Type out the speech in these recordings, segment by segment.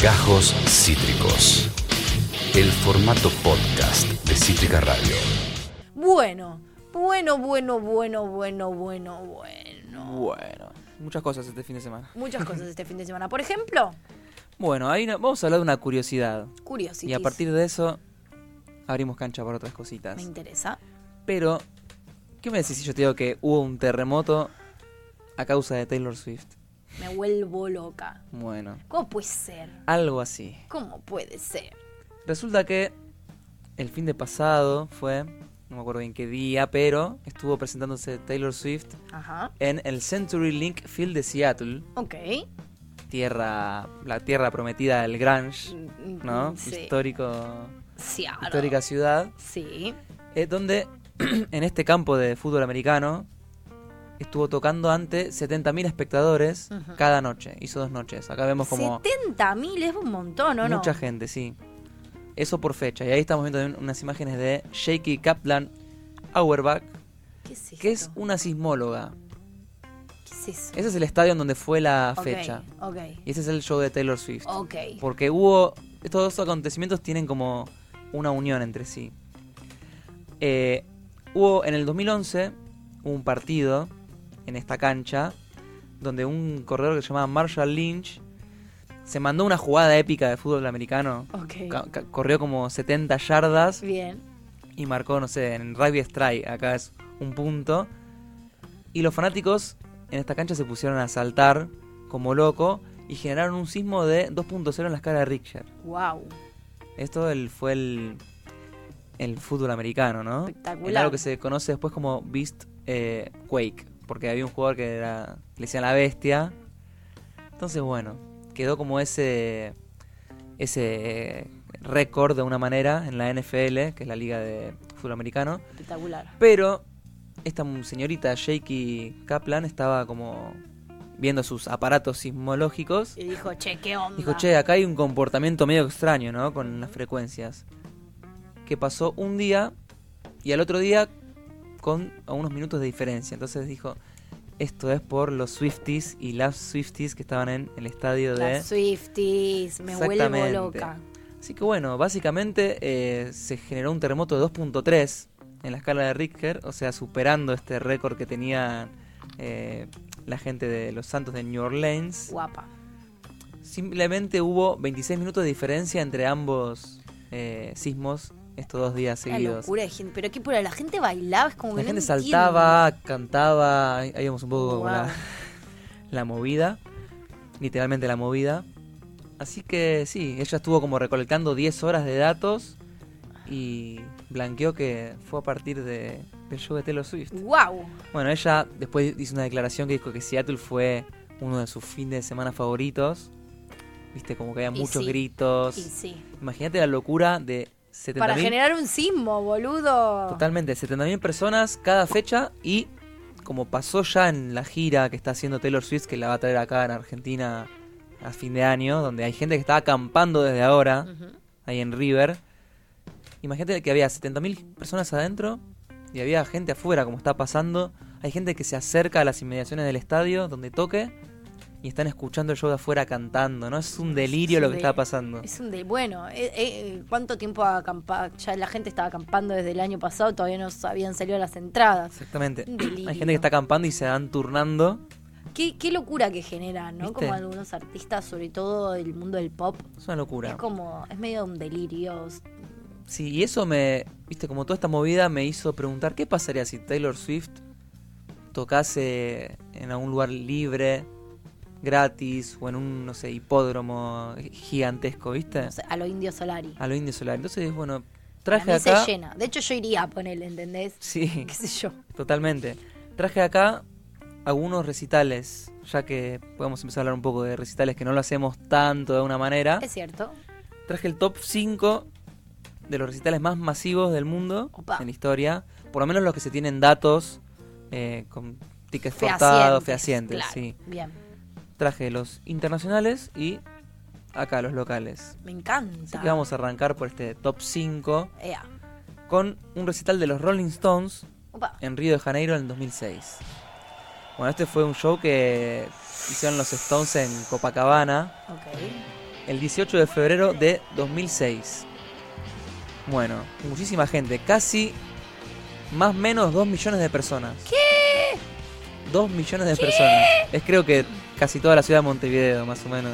Gajos Cítricos. El formato podcast de Cítrica Radio. Bueno, bueno, bueno, bueno, bueno, bueno, bueno. Bueno, muchas cosas este fin de semana. Muchas cosas este fin de semana. Por ejemplo, Bueno, ahí no- vamos a hablar de una curiosidad. curiosidad. Y a partir de eso, abrimos cancha para otras Me cositas. interesa. Pero, ¿qué me decís si yo te digo que hubo un terremoto a causa de Taylor Swift? Me vuelvo loca. Bueno, ¿Cómo puede ser? algo así. ¿Cómo puede ser? Resulta que el fin de pasado fue, no me acuerdo bien qué día, pero estuvo presentándose Taylor Swift Ajá. en el Century Link Field de Seattle, Ok. tierra, la tierra prometida del Grange, Mm, ¿no? Sí. Histórico Seattle. histórica ciudad, Sí. eh, donde en este campo de fútbol americano estuvo tocando ante 70.000 espectadores Ujú. cada noche. Hizo dos noches. Acá vemos como 70.000 es un montón, ¿o no? mucha gente, sí. Eso por fecha. Y ahí estamos viendo también unas imágenes de Shaky Kaplan Auerbach, ¿Qué es esto? que es una sismóloga. ¿Qué es eso? Ese es el estadio en donde fue la Ok, fecha. Ok. Y ese es el show de Taylor Swift. Ok. Porque hubo. Estos dos acontecimientos tienen como una unión entre sí. Eh, hubo en el 2011 un partido en esta cancha donde un corredor que se llamaba Marshall Lynch se mandó una jugada épica de fútbol americano. Ok. Ca- ca- Corrió como 70 yardas Bien. y marcó, no sé, en rugby strike, acá es un punto. Y los fanáticos en esta cancha se pusieron a saltar como loco y generaron un sismo de 2.0 en la escala de Richter. Wow. Esto el- fue el, el fútbol americano, ¿no? Espectacular. En algo que se conoce después como Beast eh, Quake, porque había un jugador que era, le decían la bestia. Entonces, bueno, quedó como ese ese eh, récord de una manera en la NFL, que es la liga de fútbol americano. Espectacular. Pero esta mu- señorita Shaky Kaplan estaba como viendo sus aparatos sismológicos. Y dijo, che, qué onda. Dijo, che, acá hay un comportamiento medio extraño, ¿no? Con las frecuencias. Que pasó un día y al otro día con a unos minutos de diferencia. Entonces dijo, esto es por los Swifties y las Swifties que estaban en el estadio de... Las Swifties, me vuelvo Exactamente. loca. Así que bueno, básicamente eh, se generó un terremoto de 2.3 en la escala de Richter, o sea, superando este récord que tenía eh, la gente de los Santos de New Orleans. Guapa. Simplemente hubo 26 minutos de diferencia entre ambos eh, sismos estos dos días Una seguidos. locura de gente. Pero qué pura, la gente bailaba, es como La que no gente entiendo. saltaba, cantaba, ahí ahí vemos un poco Wow. la, la movida, literalmente la movida. Así que sí, ella estuvo como recolectando 10 horas de datos y blanqueó que fue a partir de, del show de Taylor Swift. Wow. Bueno, ella después hizo una declaración que dijo que Seattle fue uno de sus fines de semana favoritos. Viste, como que había Y muchos sí, gritos. Y sí. Imagínate la locura de Para 70.000 generar un sismo, boludo. totalmente 70.000 personas cada fecha y como pasó ya en la gira que está haciendo Taylor Swift que la va a traer acá en Argentina a fin de año, donde hay gente que está acampando desde ahora Ujú. ahí en River. Imagínate que había 70.000 personas adentro y había gente afuera, como está pasando. Hay gente que se acerca a las inmediaciones del estadio donde toque y están escuchando el show de afuera cantando, ¿no? Es un delirio Es un lo que está delirio. pasando. Es un del bueno. eh, eh, ¿Cuánto tiempo acampar? Ya la gente estaba acampando desde el año pasado, todavía no habían salido las entradas. Exactamente. Un delirio. Hay gente que está acampando y se van turnando. Qué, qué locura que generan, ¿no? ¿Viste? Como algunos artistas, sobre todo del mundo del pop. Es una locura. Es como, es medio un delirio. Sí, y eso me, viste, como toda esta movida me hizo preguntar qué pasaría si Taylor Swift tocase en algún lugar libre, gratis, o en un, no sé, hipódromo gigantesco, ¿viste? o sea, a lo Indio Solari. A lo Indio Solar. Entonces, bueno, Para traje mí acá... se llena. De hecho, yo iría a ponerle, ¿entendés? Sí, ¿Qué sé yo? totalmente. Traje acá algunos recitales, ya que podemos empezar a hablar un poco de recitales que no lo hacemos tanto de una manera. Es cierto. Traje el top 5 de los recitales más masivos del mundo Opa. en la historia. Por lo menos los que se tienen datos eh, con tickets Fehacientes, cortados, fehacientes. claro. sí. Bien. Traje los internacionales y acá los locales. Me Así encanta. que vamos a arrancar por este top 5 Ea. con un recital de los Rolling Stones Opa. en Río de Janeiro en el 2006. Bueno, este fue un show que hicieron los Stones en Copacabana. Ok. el 18 de febrero de 2006. Bueno, muchísima gente, casi más o menos 2 millones de personas. ¿Qué? 2 millones de personas. Es creo que casi toda la ciudad de Montevideo, más o menos.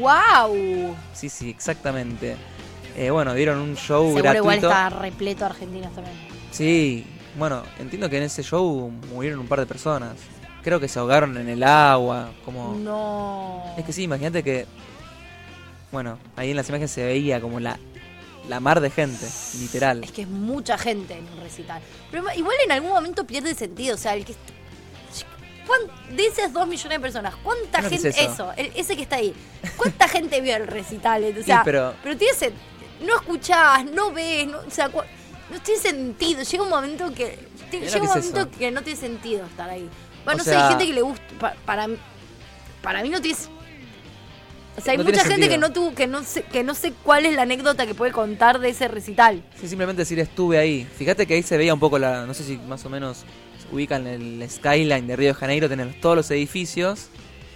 ¡Wow! Sí, sí, exactamente. Eh, bueno, dieron un show Seguro gratuito. igual está repleto de argentinos también. Sí, bueno, entiendo que en ese show murieron un par de personas. Creo que se ahogaron en el agua, como... No. Es que sí, imagínate que... Bueno, ahí en las imágenes se veía como la, la mar de gente, literal. Es que es mucha gente en un recital. Pero igual en algún momento pierde sentido. O sea, el que. ¿Cuán- De esas dos millones de personas, ¿cuánta Creo que es gente. eso, eso. el- ese que está ahí. ¿Cuánta gente vio el recital? O sea, Sí, pero- tienes. sen- No escuchás, no ves, no, o sea, cua- no tiene sentido. Llega un momento que. te- Creo Llega un que es momento eso. que no tiene sentido estar ahí. Bueno, no O sé, sea- hay gente que le gusta. pa- para, para mí no tiene. O sea, hay No tiene mucha gente que sentido. no tuvo, que no sé, que no sé cuál es la anécdota que puede contar de ese recital. Sí, simplemente decir estuve ahí. Fíjate que ahí se veía un poco la... No sé si más o menos se ubican el skyline de Río de Janeiro. Tenés todos los edificios.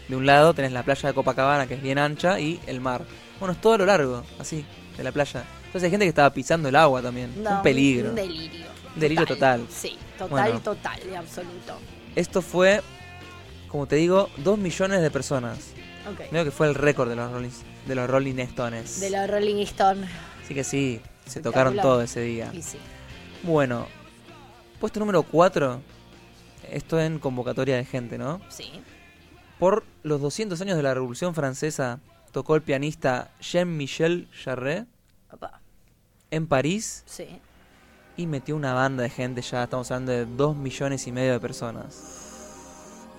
De un lado tenés la playa de Copacabana, que es bien ancha, y el mar. Bueno, es todo lo largo, así, de la playa. Entonces hay gente que estaba pisando el agua también. No, un peligro. Un delirio. Delirio total. Sí, total, Bueno. total y absoluto. Esto fue, como te digo, 2 millones de personas. Ok. Creo que fue el récord de los Rolling, de los Rolling Stones. De la Rolling Stone. Así que sí, se Espectacular. tocaron todo ese día. Y sí. Bueno, puesto número 4. Esto en convocatoria de gente, ¿no? Sí. Por los 200 años de la Revolución Francesa, tocó el pianista Jean-Michel Jarre Opa, en París Sí. y metió una banda de gente ya. Estamos hablando de 2 millones y medio de personas.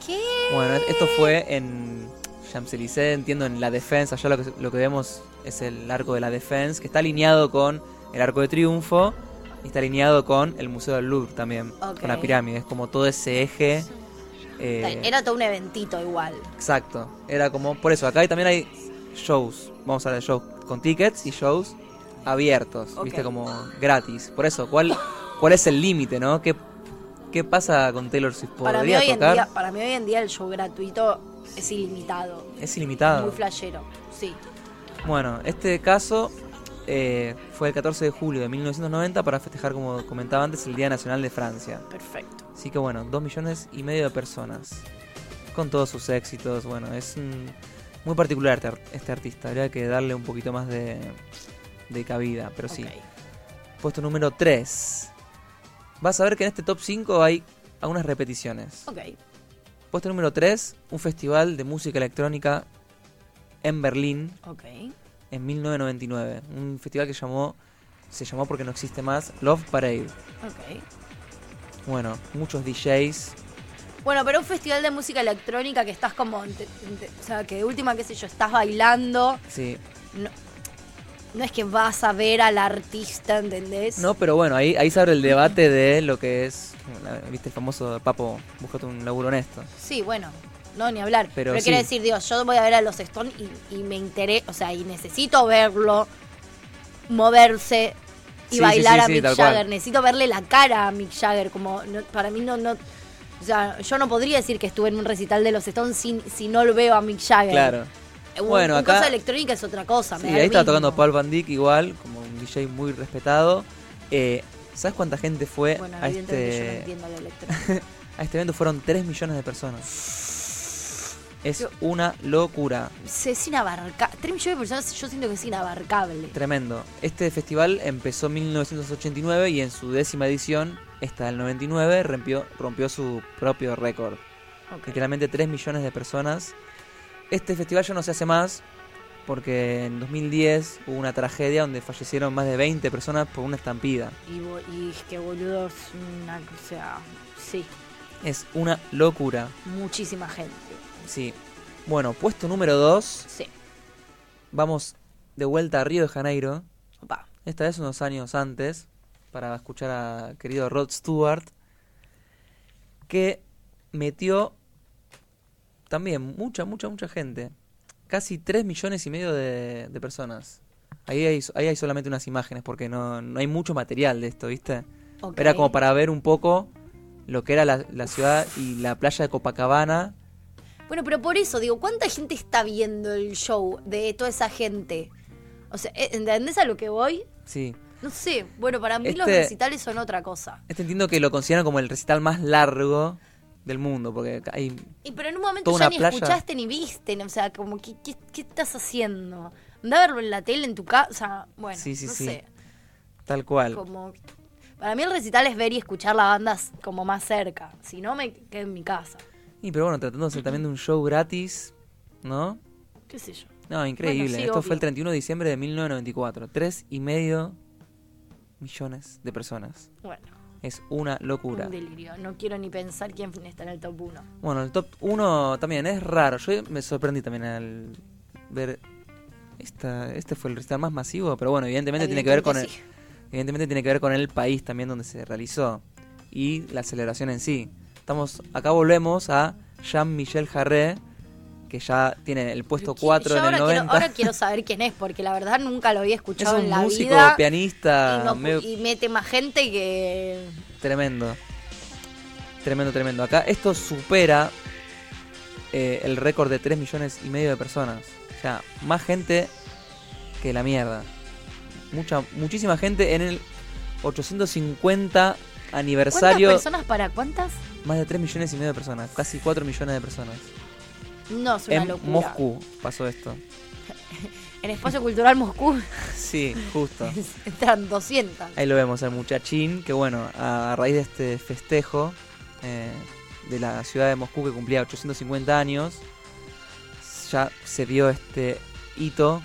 ¿Qué? Bueno, esto fue en Champs-Élysées, entiendo, en La Defensa. Allá lo que, lo que vemos es el arco de La Defense, que está alineado con el Arco de Triunfo y está alineado con el Museo del Louvre también, Ok. con la pirámide. Es como todo ese eje. eh, Está bien, Era todo un eventito igual. Exacto. Era como. Por eso, acá hay- también hay shows. Vamos a hablar de shows con tickets y shows abiertos, Ok. viste, como gratis. Por eso, ¿cuál, cuál es el límite, no? ¿Qué, ¿Qué pasa con Taylor Swift? Para mí, ¿Podría hoy en tocar? día, para mí hoy en día el show gratuito es ilimitado. Es ilimitado. Muy flashero. Sí. Bueno, este caso eh, fue el 14 de julio de 1990 para festejar, como comentaba antes, el Día Nacional de Francia. Perfecto. Así que bueno, dos millones y medio de personas. Con todos sus éxitos, bueno, es un- muy particular este, ar- este artista. Habría que darle un poquito más de, de cabida, pero Pues sí. Ok. Puesto número 3. Vas a ver que en este top 5 hay algunas repeticiones. Ok. Puesto número 3, un festival de música electrónica en Berlín, Ok. en 1999. Un festival que llamó, se llamó porque no existe más, Love Parade. Ok. Bueno, muchos DJs. Bueno, pero un festival de música electrónica que estás como. ente- ente- o sea, que de última, qué sé yo, estás bailando. Sí. No, no es que vas a ver al artista, ¿entendés? No, pero bueno, ahí, ahí se abre el debate de lo que es. la- ¿Viste el famoso Papo? Búscate un laburo honesto. Sí, bueno, no, ni hablar. Pero Pero, sí. quiero decir, digo, yo voy a ver a los Stones y, y me interesa, o sea, y necesito verlo, moverse y Sí, sí, bailar sí, a sí, tal Mick cual. Jagger. Necesito verle la cara a Mick Jagger, como no- para mí no, no, o sea, yo no podría decir que estuve en un recital de los Stones si, si no lo veo a Mick Jagger. Claro. Un- Bueno, un acá- cosa electrónica es otra cosa. me Sí, da lo ahí estaba mismo. tocando Paul Van Dyck igual, como un DJ muy respetado. Eh, ¿Sabes cuánta gente fue Bueno, a evidentemente yo no este, entiendo la electrónica. a este evento? Fueron 3 millones de personas. Es Yo- una locura. Sí, es inabarcable. 3 millones de personas, yo siento que es inabarcable. Tremendo. Este festival empezó en 1989 y en su décima edición, esta del 99, rompió, rompió su propio récord. Ok. Literalmente 3 millones de personas. Este festival ya no se hace más porque en 2010 hubo una tragedia donde fallecieron más de 20 personas por una estampida. Y, bo- y es que boludo, es una, o sea, sí, Es una locura. muchísima gente. Sí. Bueno, puesto número 2, Sí, vamos de vuelta a Río de Janeiro. opa. Esta vez unos años antes, para escuchar a querido Rod Stewart, que metió también mucha, mucha, mucha gente. Casi 3 millones y medio de, de personas. Ahí hay, ahí hay solamente unas imágenes, porque no, no hay mucho material de esto, ¿viste? Ok. Era como para ver un poco lo que era la, la ciudad y la playa de Copacabana Bueno, pero por eso digo, ¿cuánta gente está viendo el show de toda esa gente? O sea, ¿eh, ¿entendés a lo que voy? Sí. No sé, bueno, para mí los Este- recitales son otra cosa. Este entiendo que lo consideran como el recital más largo del mundo, porque hay... Y pero en un momento Toda ya una ni playa. escuchaste ni viste, ¿no? o sea, como ¿qué, qué, qué estás haciendo? Andá a verlo en la tele, en tu casa, bueno, Sí, sí, no sí. sé. Tal cual. Como para mí el recital es ver y escuchar la banda s- como más cerca, si no me quedo en mi casa, Y pero bueno, tratándose también de un show gratis, ¿no? qué sé yo. No, increíble. Bueno, sí, Esto obvio. fue el 31 de diciembre de 1994. Tres y medio millones de personas. Bueno, Es una locura. un delirio, no quiero ni pensar quién está en el top 1. Bueno, el top 1 también es raro. Yo me sorprendí también al ver esta, este fue el recital más masivo, pero bueno, evidentemente tiene que ver con el, Evidentemente evidentemente tiene que ver con el país también donde se realizó y la celebración en sí. Estamos acá volvemos a Jean-Michel Jarre que ya tiene el puesto Qui- 4 yo en el ahora 90. Quiero, ahora quiero saber quién es, porque la verdad nunca lo había es escuchado un en la músico, vida. pianista, y, no- medio- y mete más gente que. Tremendo. Tremendo, tremendo. Acá esto supera eh, el récord de 3 millones y medio de personas. O sea, más gente que la mierda. Mucha, muchísima gente en el 850 aniversario. ¿Cuántas personas para cuántas? Más de 3 millones y medio de personas. Casi 4 millones de personas. No, es una En locura. Moscú pasó esto. En Espacio Cultural Moscú Sí, justo. entran 200. Ahí lo vemos al muchachín, que bueno, a raíz de este festejo eh, de la ciudad de Moscú que cumplía 850 años, ya se dio este hito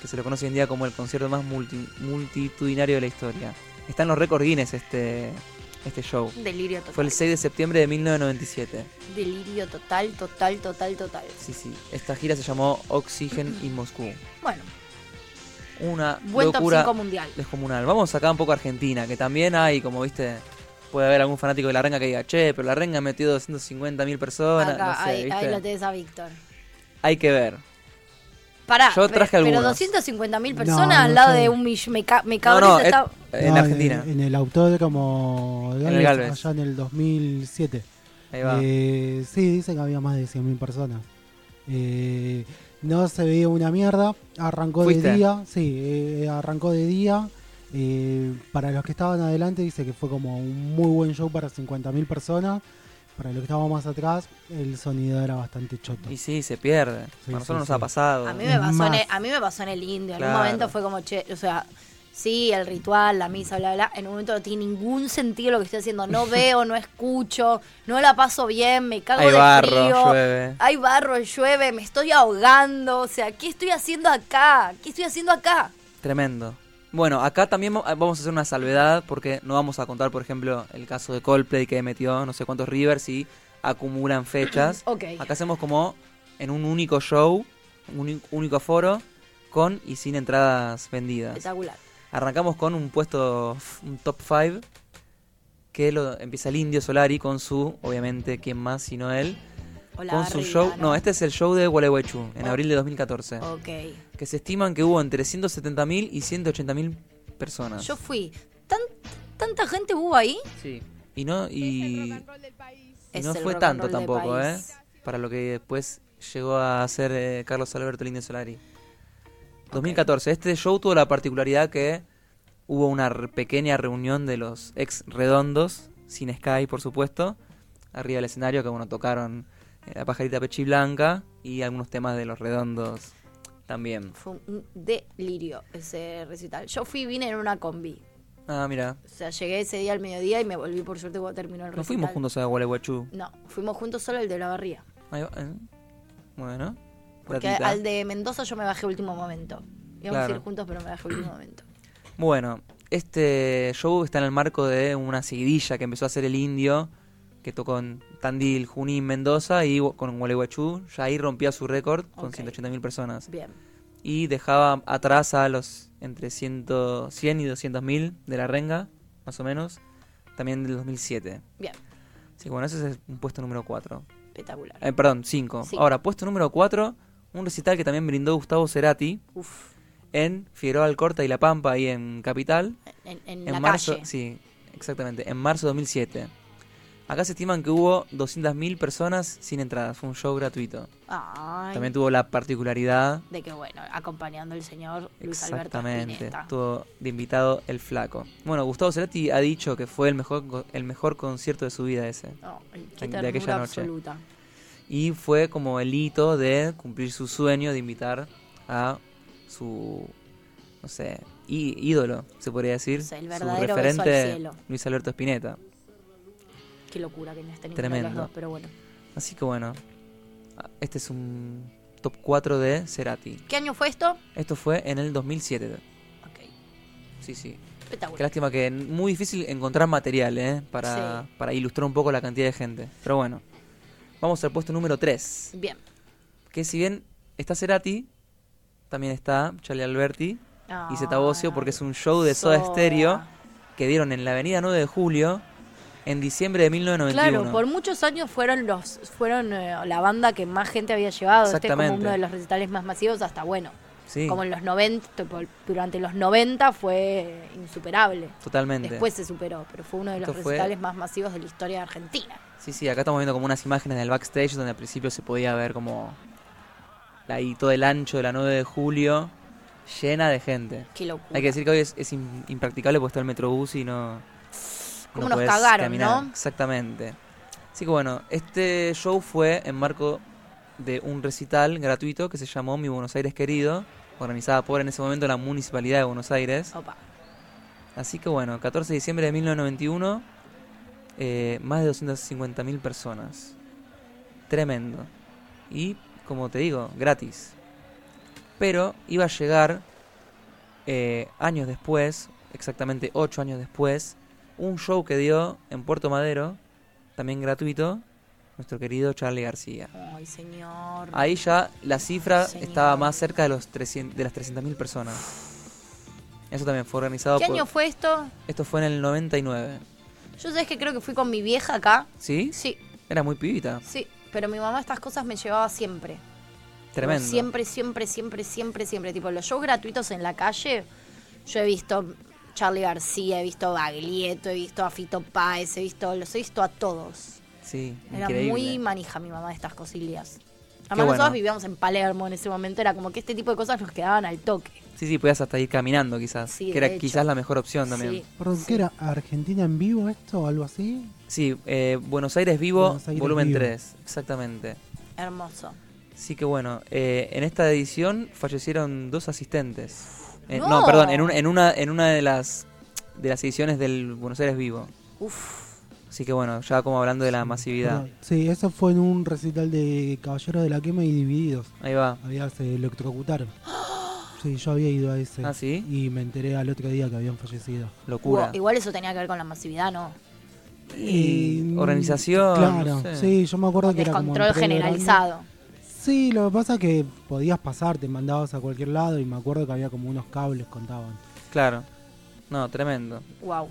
que se lo conoce hoy en día como el concierto más multi- multitudinario de la historia. Está en los récords Guinness este, este show. Un Delirio total. Fue el 6 de septiembre de 1997. Delirio total, total, total, total. Sí, sí. Esta gira se llamó Oxygen in Moscú. Bueno, Una buen locura top 5 mundial. descomunal. Vamos acá un poco a Argentina, que también hay, como viste, puede haber algún fanático de la renga que diga, che, pero la renga ha metido 250.000 personas, Acá, no sé, ahí, ¿viste? ahí lo tenés a Víctor. Hay que ver. Pará, Yo pe- traje pero, algunos. 250.000 No, personas no al lado sé. de un mill- me, ca- me cago no, no, en es- eso, está- en No, eh, Argentina. En el autódromo de En el Galvez, Galvez. allá en el 2007. Ahí va. Eh, sí, dicen que había más de 100.000 personas. Eh, no se veía una mierda. Arrancó ¿Fuiste? de día. Sí, eh, arrancó de día. Eh, para los que estaban adelante, dice que fue como un muy buen show para 50.000 personas. Para los que estaban más atrás, el sonido era bastante choto. Y sí, se pierde. Sí, a nosotros sí, nos sí. ha pasado. A mí me Es pasó, en más. el, a mí me pasó en el indio. En un Claro. momento fue como, che, o sea, sí, el ritual, la misa, bla, bla. bla. En un momento no tiene ningún sentido lo que estoy haciendo. No veo, no escucho, no la paso bien, me cago Hay de barro, frío. llueve. Hay barro, llueve, me estoy ahogando. O sea, ¿qué estoy haciendo acá? ¿Qué estoy haciendo acá? Tremendo. Bueno, acá también va- vamos a hacer una salvedad porque no vamos a contar, por ejemplo, el caso de Coldplay que metió no sé cuántos Rivers y acumulan fechas. Ok. Acá hacemos como en un único show, un uni- único foro, con y sin entradas vendidas. Espectacular. Arrancamos con un puesto, f- un top 5, que lo empieza el Indio Solari con su, obviamente, ¿quién más sino él? Hola, con su Arriba, show, no, este es el show de Gualeguaychú, en Oh. abril de 2014, Ok. que se estiman que hubo entre 170.000 y 180.000 personas. Yo fui. ¿Tan, ¿Tanta gente hubo ahí? Sí. Y no, y, y Es no el fue rock and tanto roll del tampoco, ¿eh? país. Para lo que después llegó a hacer eh, Carlos Alberto Lindio Solari. 2014. Este show tuvo la particularidad que hubo una re- pequeña reunión de los ex redondos, sin Sky, por supuesto, arriba del escenario, que bueno, tocaron eh, la pajarita Pechi Blanca y algunos temas de los redondos también. Fue un delirio ese recital. Yo fui, vine en una combi. Ah, mira. O sea, llegué ese día al mediodía y me volví por suerte cuando terminó el recital. No fuimos juntos a Gualeguaychú. No, fuimos juntos solo el de la barría. Ahí va, ¿eh? Bueno. Porque datita. al de Mendoza yo me bajé último momento. Íbamos Claro. a ir juntos, pero me bajé último momento. Bueno, este show está en el marco de una seguidilla que empezó a hacer el indio, que tocó en Tandil, Junín, Mendoza y gu- con Gualeguaychú. Ya ahí rompía su récord con Ok. 180.000 personas. Bien. Y dejaba atrás a los entre 100, 100 y 200.000 de la renga, más o menos, también del 2007. Bien. Así que bueno, ese es un puesto número 4. Espectacular. perdón, 5. Cinco. Ahora, puesto número 4, un recital que también brindó Gustavo Cerati Uf. en Figueroa Alcorta y La Pampa, ahí en Capital En, en en la marzo, calle. sí, exactamente, en marzo de 2007. Acá se estiman que hubo 200.000 personas sin entradas. Fue un show gratuito. Ay, También tuvo la particularidad. de que bueno, acompañando al señor Luis Alberto Exactamente. Spinetta. Estuvo de invitado el flaco. Bueno, Gustavo Cerati ha dicho que fue el mejor, co- el mejor concierto de su vida ese. No, qué de ternura aquella noche. absoluta. Y fue como el hito de cumplir su sueño de invitar a su, no sé, í- ídolo, se podría decir. Sí, el su verdadero beso al referente, cielo. Luis Alberto Spinetta. Qué locura que no estén ninguno de los Tremendo. dos, pero bueno. Así que bueno, a- este es un top 4 de Cerati. ¿Qué año fue esto? Esto fue en el 2007. Ok, Sí, sí. Qué espectacular. lástima que n- muy difícil encontrar material, ¿eh? Para, Sí. para ilustrar un poco la cantidad de gente. Pero bueno, vamos al puesto número 3. Bien. Que si bien está Cerati, también está Charlie Alberti y Zeta Bosio, porque es un show de Soda, Soda. Stereo que dieron en la avenida 9 de julio en diciembre de 1991. Claro, por muchos años fueron los fueron eh, la banda que más gente había llevado. Este es como Exactamente. uno de los recitales más masivos hasta bueno. Sí, Como en los 90, por- durante los 90 fue insuperable. totalmente. Después se superó, pero fue uno de los Esto fue- recitales más masivos de la historia de Argentina. Sí, sí, acá estamos viendo como unas imágenes del backstage donde al principio se podía ver como ahí todo el ancho de la 9 de julio llena de gente. Qué locura. Hay que decir que hoy es, es im- impracticable porque está el metrobús y no. Cómo no nos podés cagaron, caminar. ¿no? Exactamente. Así que bueno, este show fue en marco de un recital gratuito que se llamó Mi Buenos Aires Querido, organizada por en ese momento la Municipalidad de Buenos Aires. Opa. Así que bueno, 14 de diciembre de 1991, eh, más de 250.000 personas. Tremendo. Y, como te digo, gratis. Pero iba a llegar, eh, años después, exactamente 8 años después, un show que dio en Puerto Madero, también gratuito, nuestro querido Charlie García. Ay, señor. Ahí ya la cifra Señor. estaba más cerca de, los 300 de las 300.000 personas. Eso también fue organizado ¿Qué por... año fue esto? Esto fue en el 99. Yo sabes que creo que fui con mi vieja acá. ¿Sí? Sí, Era muy pibita. sí. Pero mi mamá estas cosas me llevaba siempre. Tremendo. Siempre, siempre, siempre, siempre, siempre. Tipo, los shows gratuitos en la calle, yo he visto Charlie García, he visto Baglietto, he visto a Fito Páez, he visto, los he visto a todos. Sí, Era increíble. muy manija mi mamá de estas cosillas. Además, bueno. nosotros vivíamos en Palermo en ese momento, era como que este tipo de cosas nos quedaban al toque. Sí, sí, podías hasta ir caminando quizás. Sí, que era de hecho. quizás la mejor opción también. Sí. Perdón, ¿qué era? ¿Argentina en vivo esto o algo así? Sí, eh, Buenos Aires Vivo, Buenos Aires volumen Vivo. 3. Exactamente. Hermoso. Sí que bueno, eh, en esta edición fallecieron dos asistentes. Eh, no. No. perdón, en, un- en una en una de las de las ediciones del Buenos Aires Vivo. Uf, Así que bueno, ya como hablando de la masividad. Perdón. Sí, eso fue en un recital de Caballeros de la Quema y Divididos. Ahí va. Había, se electrocutaron. Sí, yo había ido a ese. Ah, ¿sí? Y me enteré al otro día que habían fallecido. Locura. hubo- igual eso tenía que ver con la masividad, ¿no? Y Eh, organización. Claro, no sé. sí, yo me acuerdo que era como... Descontrol en pleno verano. generalizado. Sí, lo que pasa es que podías pasar, te mandabas a cualquier lado y me acuerdo que había como unos cables contaban. Claro. No, tremendo. Wow.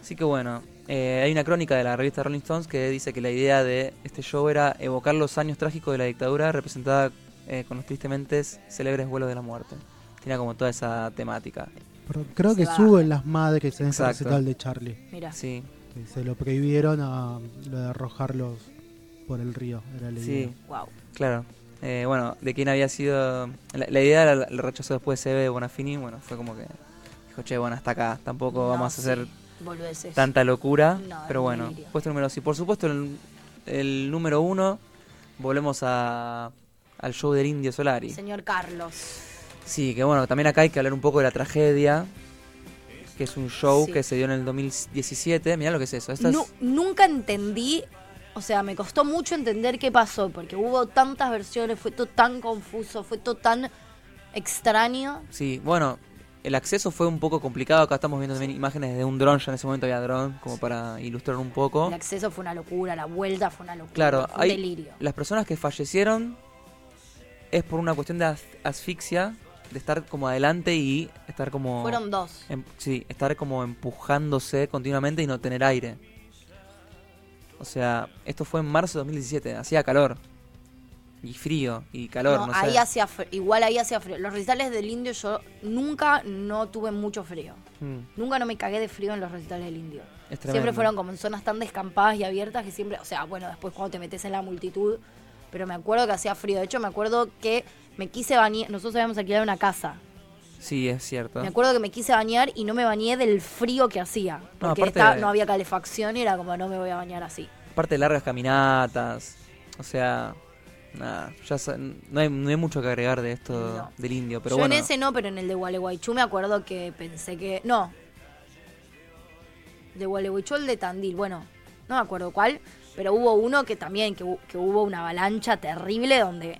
Así que bueno, eh, hay una crónica de la revista Rolling Stones que dice que la idea de este show era evocar los años trágicos de la dictadura representada eh, con los tristemente célebres vuelos de la muerte. Tiene como toda esa temática. Pero creo Se que va. suben las madres en ese Exacto. recital de Charlie. Mira. Sí, que se lo prohibieron a lo de arrojarlos por el río, era la idea. sí, Wow. claro. Eh, bueno, de quién había sido... La, la idea la, la rechazó después CB de Bonafini, bueno, fue como que dijo, che, bueno, hasta acá, tampoco No, vamos a sí, hacer Boludeces. tanta locura. No, es pero bueno, delirio. puesto número sí. Por supuesto, el, el número uno, volvemos a, al show del Indio Solari. Señor Carlos. Sí, que bueno, también acá hay que hablar un poco de la tragedia, que es un show Sí. que se dio en el 2017. Mirá lo que es eso. Esta es- Nu- nunca entendí, o sea, me costó mucho entender qué pasó, porque hubo tantas versiones, fue todo tan confuso, fue todo tan extraño. Sí, bueno, el acceso fue un poco complicado. Acá estamos viendo también imágenes de un dron. Ya en ese momento había dron, como para ilustrar un poco. El acceso fue una locura, la vuelta fue una locura, Claro, fue un hay delirio. las personas que fallecieron es por una cuestión de as- asfixia, de estar como adelante y estar como... Fueron dos. Em- sí, estar como empujándose continuamente y no tener aire. O sea, esto fue en marzo de 2017, hacía calor. Y frío, y calor, no, No, ahí sé. hacía fr- igual ahí hacía frío. Los recitales del indio yo nunca no tuve mucho frío. Mm. Nunca no me cagué de frío en los recitales del indio. Es tremendo. Siempre fueron como en zonas tan descampadas y abiertas que siempre, o sea, bueno, después cuando te metes en la multitud, pero me acuerdo que hacía frío. De hecho, me acuerdo que me quise bañar, nosotros habíamos alquilado una casa. Sí, es cierto. Me acuerdo que me quise bañar y no me bañé del frío que hacía. Porque aparte- esta- no había calefacción y era como, no me voy a bañar así. Aparte de largas caminatas. O sea, nada, ya sa- no, hay, no hay mucho que agregar de esto No. del indio, pero Yo bueno. en ese no, pero en el de Gualeguaychú me acuerdo que pensé que. No. De Gualeguaychú el de Tandil, bueno, no me acuerdo cuál, pero hubo uno que también, que, hu- que hubo una avalancha terrible donde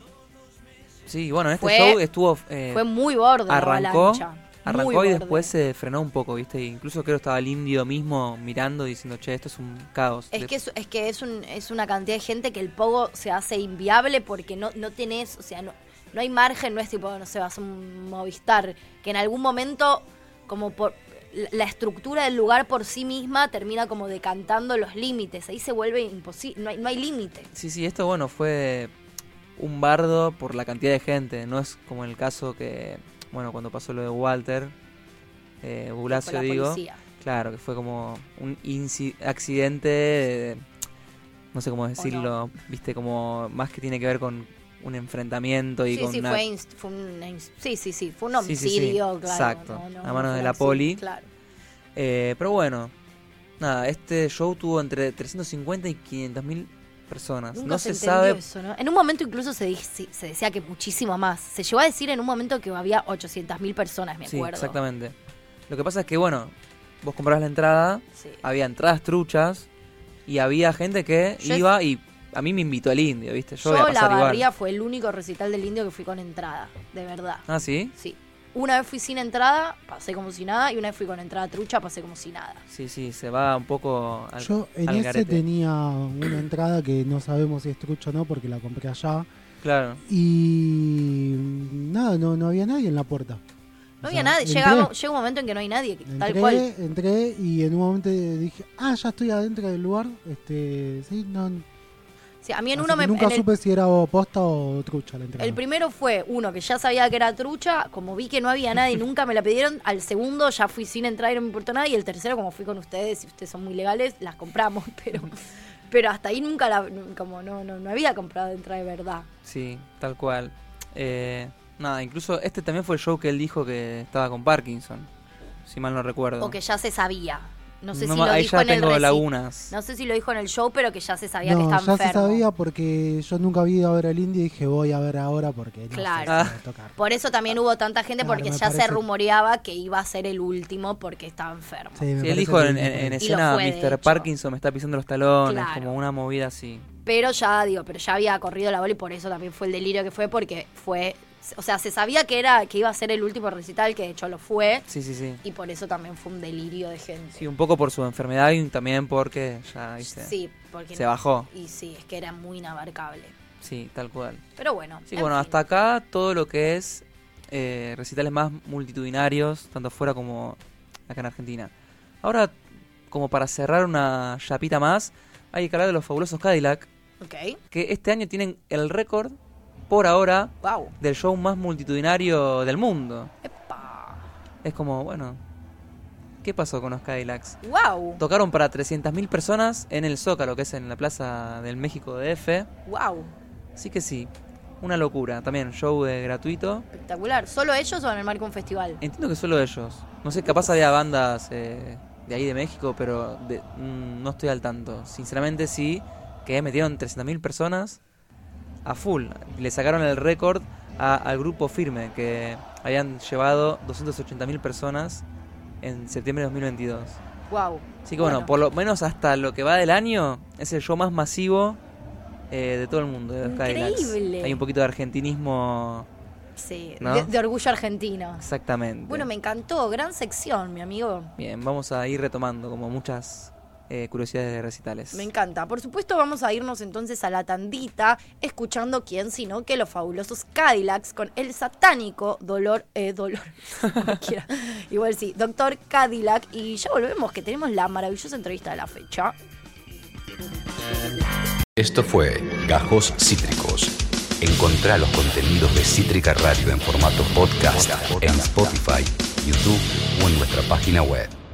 Sí, bueno, en este Fue- show estuvo. eh, fue muy borde la arrancó, avalancha. muy arrancó y borde. después se frenó un poco, ¿viste? E incluso creo que estaba el indio mismo mirando y diciendo, che, esto es un caos. Es De- que, es, es que es, un- es una cantidad de gente que el pogo se hace inviable porque no, no tenés, o sea, no, no hay margen, no es tipo, no sé, vas a un Movistar, que en algún momento, como por la- la estructura del lugar por sí misma termina como decantando los límites, ahí se vuelve imposible, no hay, no hay límite. Sí, sí, esto bueno, fue un bardo por la cantidad de gente, no es como el caso que, bueno, cuando pasó lo de Walter, eh, Con Bulacio la digo, policía. claro, que fue como un inci- accidente, eh, no sé cómo decirlo, viste, como más que tiene que ver con un enfrentamiento y Sí, con sí, una- fue, inst- fue un, inst- sí, sí, sí, fue un Sí, sí, sí, homicidio, claro. exacto, a manos fue de la un accidente, poli. Claro. Eh, pero bueno, nada, este show tuvo entre 350 y 500 mil personas. Nunca no se, se, sabe. entendió eso, ¿no? En un momento incluso se, di- se- se decía que muchísimo más. Se llegó a decir en un momento que había 800.000 personas, me sí, acuerdo. exactamente. Lo que pasa es que, bueno, vos comprabas la entrada, Sí. había entradas truchas y había gente que Yo- iba y a mí me invitó el indio, ¿viste? Yo, Yo, voy a la pasar barría igual. fue el único recital del indio que fui con entrada, de verdad. Ah, sí. Sí. Una vez fui sin entrada, pasé como si nada, y una vez fui con entrada trucha, pasé como si nada. Sí, sí, se va un poco al, Yo en al ese garete. tenía una entrada que no sabemos si es trucho o no porque la compré allá. Claro. Y nada, no, no había nadie en la puerta. No O había sea, nadie, entré, llega, llega un momento en que no hay nadie, que- tal entré, cual. Entré y en un momento dije, ah, ya estoy adentro del lugar. Este, sí, no. Sí, a mí en así uno que me... Ah, nunca en el- supe si era o posta o trucha la entrada. El primero fue uno que ya sabía que era trucha, como vi que no había nadie, nunca me la pidieron. Al segundo ya fui sin entrar y no me importó nada. Y el tercero, como fui con ustedes, y ustedes son muy legales, las compramos, pero, pero hasta ahí nunca la, como no, no, no había comprado entrada de verdad. Sí, tal cual. Eh, nada, incluso este también fue el show que él dijo que estaba con Parkinson, si mal no recuerdo. O que ya se sabía. No sé si ma- lo ahí dijo ya en tengo el reci- lagunas. No sé si lo dijo en el show, pero que ya se sabía no, que ya estaba enfermo. se sabía porque yo nunca había ido a ver al indie y dije, voy a ver ahora porque no sé Claro. Ah. si va a tocar. Por eso también hubo tanta gente, Claro, porque me ya se parece- rumoreaba que iba a ser el último porque estaba enfermo. Sí, me Sí, él parece dijo que en, me en- en parece. Y lo escena, fue, de Mr. hecho. Parkinson me está pisando los talones, Claro. como una movida así. Pero ya, digo, pero ya había corrido la bola y por eso también fue el delirio que fue, porque fue. O sea, se sabía que era que iba a ser el último recital, que de hecho lo fue, Sí, sí, sí. y por eso también fue un delirio de gente. Sí, un poco por su enfermedad y también porque ya, viste, Sí, porque. se bajó. Y sí, es que era muy inabarcable. Sí, tal cual. Pero bueno. Sí, en bueno, fin. hasta acá todo lo que es eh, recitales más multitudinarios, tanto fuera como acá en Argentina. Ahora, como para cerrar una chapita más, hay que hablar de los fabulosos Cadillac, Ok. que este año tienen el récord, por ahora, ¡Wow! del show más multitudinario del mundo. ¡Epa! Es como, bueno, ¿qué pasó con los Cadillacs? ¡Wow! Tocaron para 300.000 personas en el Zócalo, que es en la Plaza del México DF. ¡Wow! Así que sí, una locura. También show eh, gratuito. Espectacular. ¿Solo ellos o en el marco de un festival? Entiendo que solo ellos. No sé, capaz había bandas eh, de ahí de México, pero de- mm, no estoy al tanto. Sinceramente sí, que metieron 300.000 personas a full. Le sacaron el récord a- al grupo firme, que habían llevado 280.000 personas en septiembre de 2022. ¡Wow! Así que bueno, por lo menos hasta lo que va del año, es el show más masivo eh, de todo el mundo. De los Cadillacs. Increíble. Hay un poquito de argentinismo. Sí, ¿No? de, de orgullo argentino. Exactamente. Bueno, me encantó. Gran sección, mi amigo. Bien, vamos a ir retomando como muchas eh, curiosidades de recitales. Me encanta. Por supuesto, vamos a irnos entonces a la tandita, escuchando quién sino que los fabulosos Cadillacs con el satánico dolor, eh, dolor, cualquiera. Igual sí, doctor Cadillac. Y ya volvemos, que tenemos la maravillosa entrevista de la fecha. Esto fue Gajos Cítricos. Encontrá los contenidos de Cítrica Radio en formato podcast en Spotify, YouTube o en nuestra página web.